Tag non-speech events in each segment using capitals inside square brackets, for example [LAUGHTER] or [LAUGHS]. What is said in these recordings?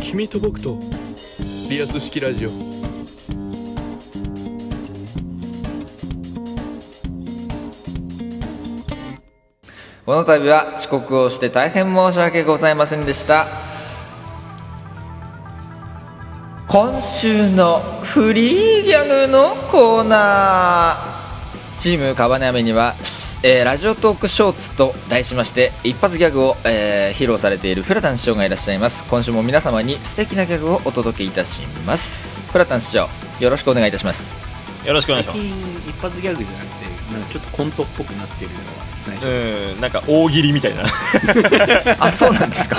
君と僕とリアス式ラジオこの度は遅刻をして大変申し訳ございませんでした今週のフリーギャグのコーナーチームカバネアメには、えーラジオトークショーツと題しまして一発ギャグを、えー披露されているフラタン師匠がいらっしゃいます今週も皆様に素敵なギャグをお届けいたしますフラタン師匠よろしくお願いいたしますよろしくお願い最します近一発ギャグじゃなくてなんかちょっとコントっぽくなってるのはないでしょうかうんなんか大喜利みたいなあそうなんですか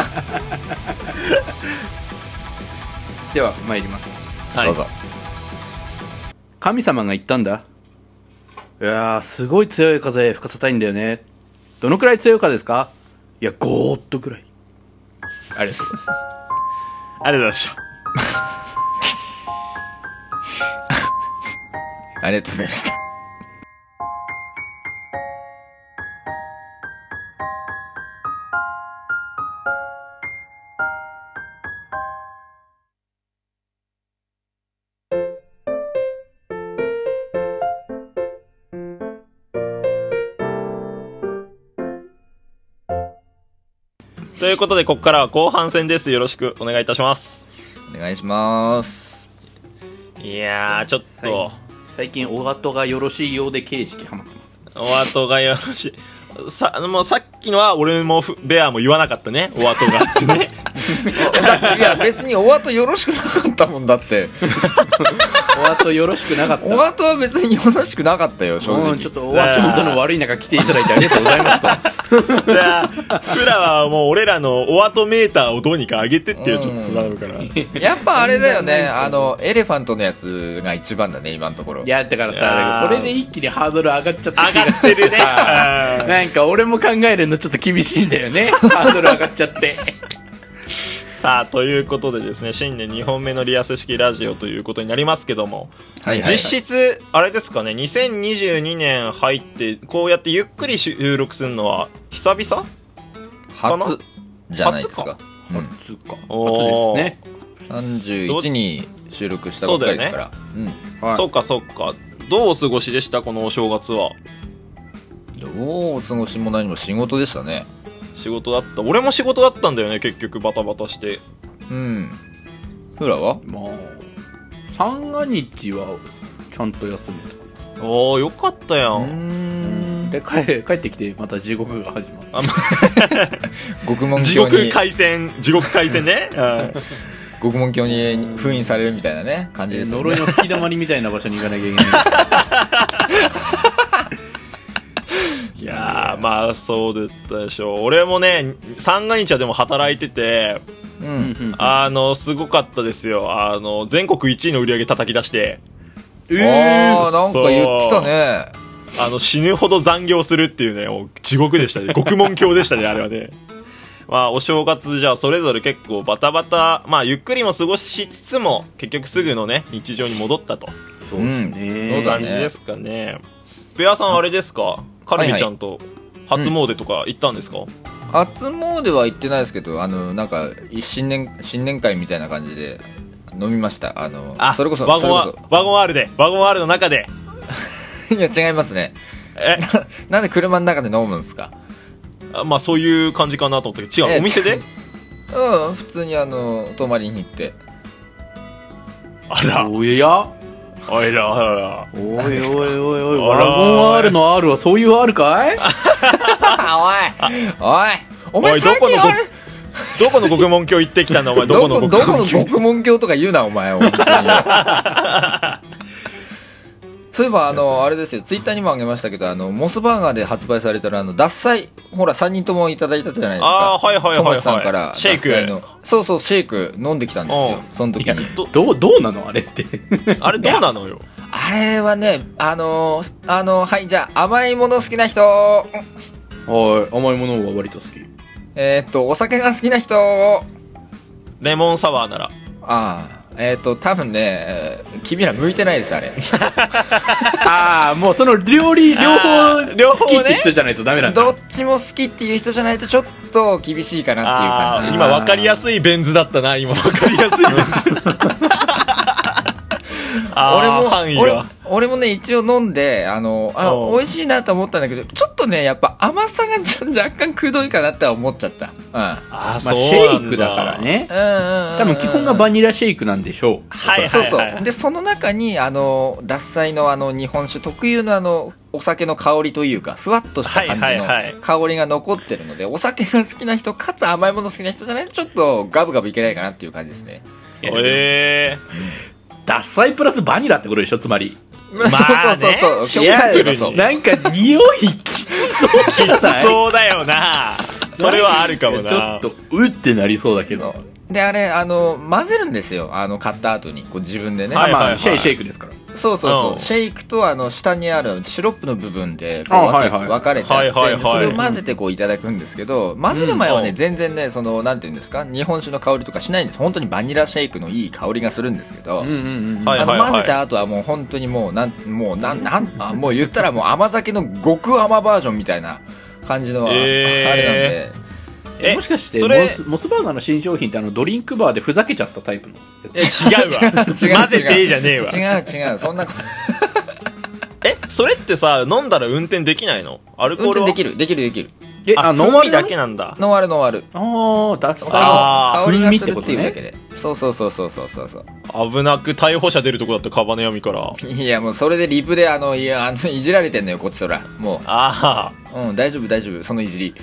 では参りますはいどうぞ神様が言ったんだいやーすごい強い風吹かせたいんだよねどのくらい強い風ですかいやゴーッとくらいありがとうございますありがとうございましたありがとうございましたということでここからは後半戦ですよろしくお願いいたしますお願いしますいやーちょっと最近お後がよろしいようで形式ハマってますお後がよろしいさもうさっきのは俺もふベアも言わなかったねお後があってねいや別にお後よろしくなかったもんだってお後よろしくなかったお後は別によろしくなかったよ正う直んちょっとお足元の悪い中来ていただいてありがとうございますいやフラはもう俺らのお後メーターをどうにか上げてっていうちょっとなるからやっぱあれだよねあのエレファントのやつが一番だね今のところ [LAUGHS] いやだからいやーさそれで一気にハードル上がっちゃった上がってるねうんなんか俺も考えるのちょっと厳しいんだよねハードル上がっちゃ [LAUGHS] ってさあということでですね新年2本目のリアス式ラジオということになりますけどもはいはいはい実質、あれですかね、2022年入って、こうやってゆっくり収録するのは、久々初じゃないですか初うん、つうかおー初ですね31に収録したばっかりですからはいそっかそっか。どうお過ごしでしたこのお正月は。うん、どうお過ごしも何も仕事でしたね仕事だった。俺も仕事だったんだよね、結局、バタバタして。うんフラはまあ三が日はちゃんと休めおー、よかったや。うんんたで帰帰ってきてまた地獄が始まる獄門地教獄に回線、地獄回 [LAUGHS] 線ね。うん獄門教に封印されるみたいなね感じですよね呪いの吹き溜まりみたいな場所に行かなきゃいけないいやー、まあ、そうだったでしょう。俺もね、三が日はでも働いてて、うんうんうんあの、すごかったですよ。あの、全国1位の売り上げ叩き出して。ああなんか言ってたねあの、死ぬほど残業するっていうね、もう地獄でしたね。獄門教でしたね、あれはね。まあ、お正月じゃあ、それぞれ結構バタバタ、まあ、ゆっくりも過ごしつつも、結局すぐのね、日常に戻ったと。 [LAUGHS] そうですね、うんそうだ感ねじですかね。ベアさん、あれですかカルビちゃんと初詣とか行ったんですか、初詣は行ってないですけどあのなんか新年新年会みたいな感じで飲みましたあのあ、それこそワそゴれンこはワゴン R で、ワゴン R の中で。そ [LAUGHS] いや違いますねえ、なんで車の中で飲むんですかあまあ、そういう感じかなと思ったけど、違えう、お店で [LAUGHS] うん普通にあの泊まりに行って [LAUGHS] あら、おやあら、あら。おいおいおいおいあらワゴン R の R はそういう R かいおいおいおお前いど最この近ごあれどこの獄門教行ってきたんだ、お前、どどこのこ獄どこ門の教獄門教とか言うなお前を [LAUGHS] そういえばあのあれですよツイッターにもあげましたけどあのモスバーガーで発売されたらあの脱菜ほら3人ともいただいたじゃないですかあーはいはいはいはいトマスさんからシェイク脱菜のそうそうシェイク飲んできたんですようその時にどうどうなのあれってあれどうなの [LAUGHS] よあれはねあのーあのはいじゃあ甘いもの好きな人はい甘いものは割と好きえーっとお酒が好きな人レモンサワーなら。あえっ、と多分ねえー君ら向いてないですあれああもうその料理両あー両方方好ねきって人じゃないとダ [LAUGHS] メなんだどっちも好きっていう人じゃないとちょっと厳しいかなってあいう感ーじ今分かりやすいベン図だったな今分かりやすいベン [LAUGHS] 図あー範囲俺がも俺俺もね一応飲んであのあおう美味しいなと思ったんだけどちょっとねやっぱ甘さがちょ若干くどいかなって思っちゃった、うあーまあ、シそうなんェイクだからん、ねうんうんうんうん多分基本がバニラシェイクなんでしょうはいそうはいそう、はいでその中にあの獺祭のあの日本酒特有のあのお酒の香りというかふわっとした感はじいのはいはい香りが残ってるので、お酒が好きな人かつ甘いもの好きな人じゃないとちょっとガブガブいけないかなっていう感じですねえダッサイプラスバニラってことでしょつまりまあ、まあねそうそうそうシそうンプルにそうなんか匂いきつそうえじー、ゃきつないそうだよ [LAUGHS] なそれはあるかもなちょっとうってなりそうだけど、であれあの混ぜるんですよあの買った後にこう自分でね、はいまあシェイシェイクですからそうそうそう、うんシェイクとあの下にあるシロップの部分でこうあ分け,、はいはい分かれてあって、はいはいはいそれを混ぜてこういただくんですけど混ぜる前はね、うん全然ねそのなんていうんですか日本酒の香りとかしないんです本当にバニラシェイクのいい香りがするんですけど、うんうんうんはいあの混ぜた後はもう本当にもうなんもうなんなんあもう言ったらもう甘酒の極甘バージョンみたいな感じのは、えーあれなんでえもしかしてそモれスモスバーガーの新商品ってあのドリンクバーでふざけちゃったタイプのえ [LAUGHS] 違うわ違う違う混ぜてじゃねえわ [LAUGHS] 違う違うそんなことえそれってさ飲んだら運転できないのアルコ運ール転はできるできるできるえあノ飲ンアみルなだのけなんだノンアルノンアルああダッサあー香りがするって風味いうっだてけでそうそうそうそうそうそうそう危なく逮捕者出るとこだったカバネヤミからいやもうそれでリプであのいやあのいじられてんのよこっちそらもああう、うん、大丈夫大丈夫そのいじり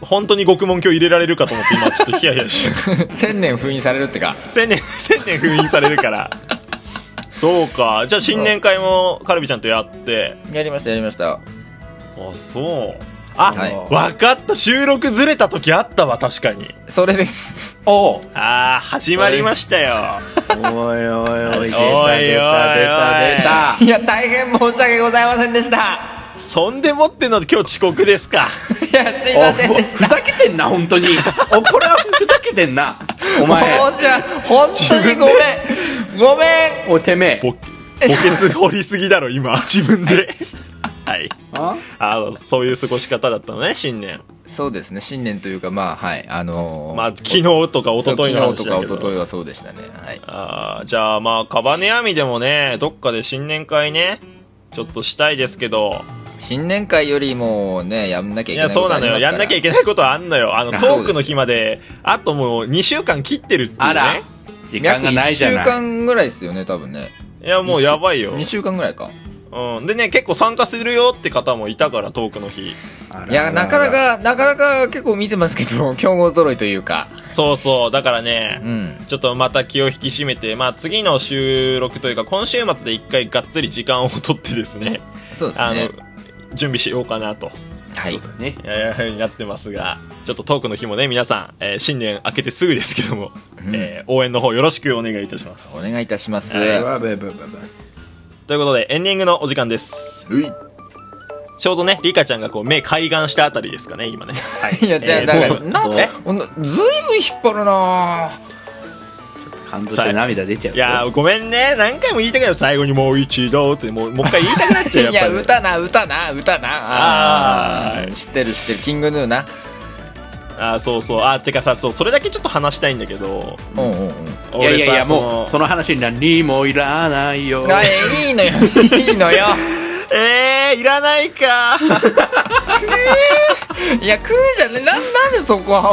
本当に獄門鏡入れられるかと思って今ちょっとヒヤヒヤして [LAUGHS] 千年封印されるってか千年千年封印されるからそうかじゃあ新年会もカルビちゃんとやってやりましたやりましたあそうあ、はい分かった収録ずれた時あったわ確かにそれですおうああ始まりましたよおいおいおおいおい出た出た出いた出たいや大変申し訳ございませんでしたそんでもっての今日遅刻ですかいやすいおまうせんでしふざけてんな本当におこれはふざけてんなおた前申し訳本当にごめんごめんおいてめえボボケツ掘りすぎだろ今自分ではいあああそういう過ごし方だったのね新年そうですね新年というかまあはいあのー [LAUGHS] まあ昨日とか一そう昨日の昨日と話だかけ一ど昨日はそうでしたねはいあーじゃあまあカバネアミでもねどっかで新年会ねちょっとしたいですけど新年会よりもねやんなきゃいいけないやそうなのよやんなきゃいけけないことはあんのよあのあトークの日まであともう2週間切ってるっていうねあら時間がないじゃ約1ない週間ぐらいですよね多分ねいやもうやばいよ、 2週間ぐらいかうん、でね結構参加するよって方もいたからトークの日あらいやなかなかなかなか結構見てますけど強豪揃いというかそうそうだからね、うんちょっとまた気を引き締めて、まあ、次の収録というか今週末で一回がっつり時間を取ってですねそうですあのね準備しようかなとはいねえーになってますがちょっとトークの日もね皆さん、えー新年明けてすぐですけども、えー応援の方よろしくお願いいたしますお願いいたしますははということでエンディングのお時間ですいちょうどねリカちゃんがこう目開眼したあたりですかね今ね、 [LAUGHS] はい、いやじゃあえーなんどうかぞなんえかほんとずいぶん引っ張るなぁ感動して涙出ちゃういやーごめんね何回も言いたけど最後にもう一度ってもうもう一回言いたくなっちゃう [LAUGHS] いややっぱり歌な歌な歌なあー知ってる知ってるキングヌーなあーそうそうあーてかさそうそれだけちょっと話したいんだけどうんうんうんいやいやいや俺さもうその話に何もいらないよあいいのよいいのよえー、いらない [LAUGHS] かいや、食うじゃねえ。な、なんでそこは、な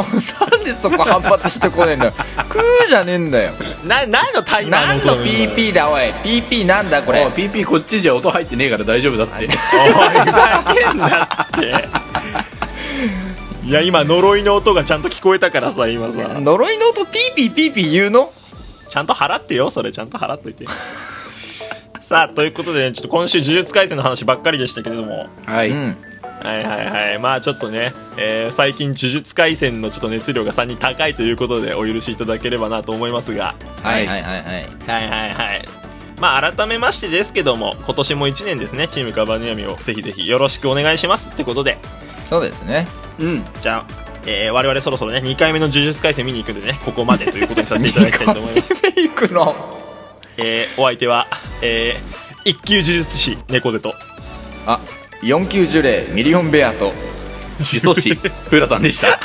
んでそこ反発してこねえんだよ。食うじゃねえんだよ。な何のタイマー何の音のなだよ PP だ、おい。PP なんだ、こおれい。PP こっちじゃ音入ってねえから大丈夫だって [LAUGHS] いや今呪いの音がちゃんと聞こえたからさ今さ呪いの音 PP、PP 言うのちゃんと払ってよそれちゃんと払っといて [LAUGHS] さあということで、ね、ちょっと今週呪術廻戦の話ばっかりでしたけれどもはうい、ん。はいはいはいまあちょっとね、えー最近呪術廻戦のちょっと熱量が3人高いということでお許しいただければなと思いますがはいはいはいはい。はいはいはいまあ改めましてですけども今年も1年ですねチームカバネヤミをぜひぜひよろしくお願いしますってことでそうですね。、うんじゃあえー我々そろそろね2回目の呪術廻戦見に行くんでねここまでということにさせていただきたいと思います [LAUGHS] 行くのえーお相手は、えー一級呪術師猫背とあ4級呪霊ミリオンベアと始祖師フラタンでした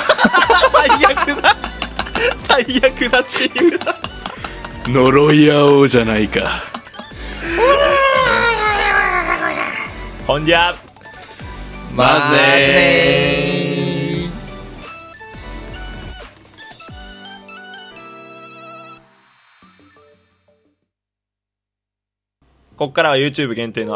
最悪だ [LAUGHS] 最悪だチームだ [LAUGHS] 呪い合おうじゃないかほんじゃままずずねねーここからは YouTube 限定の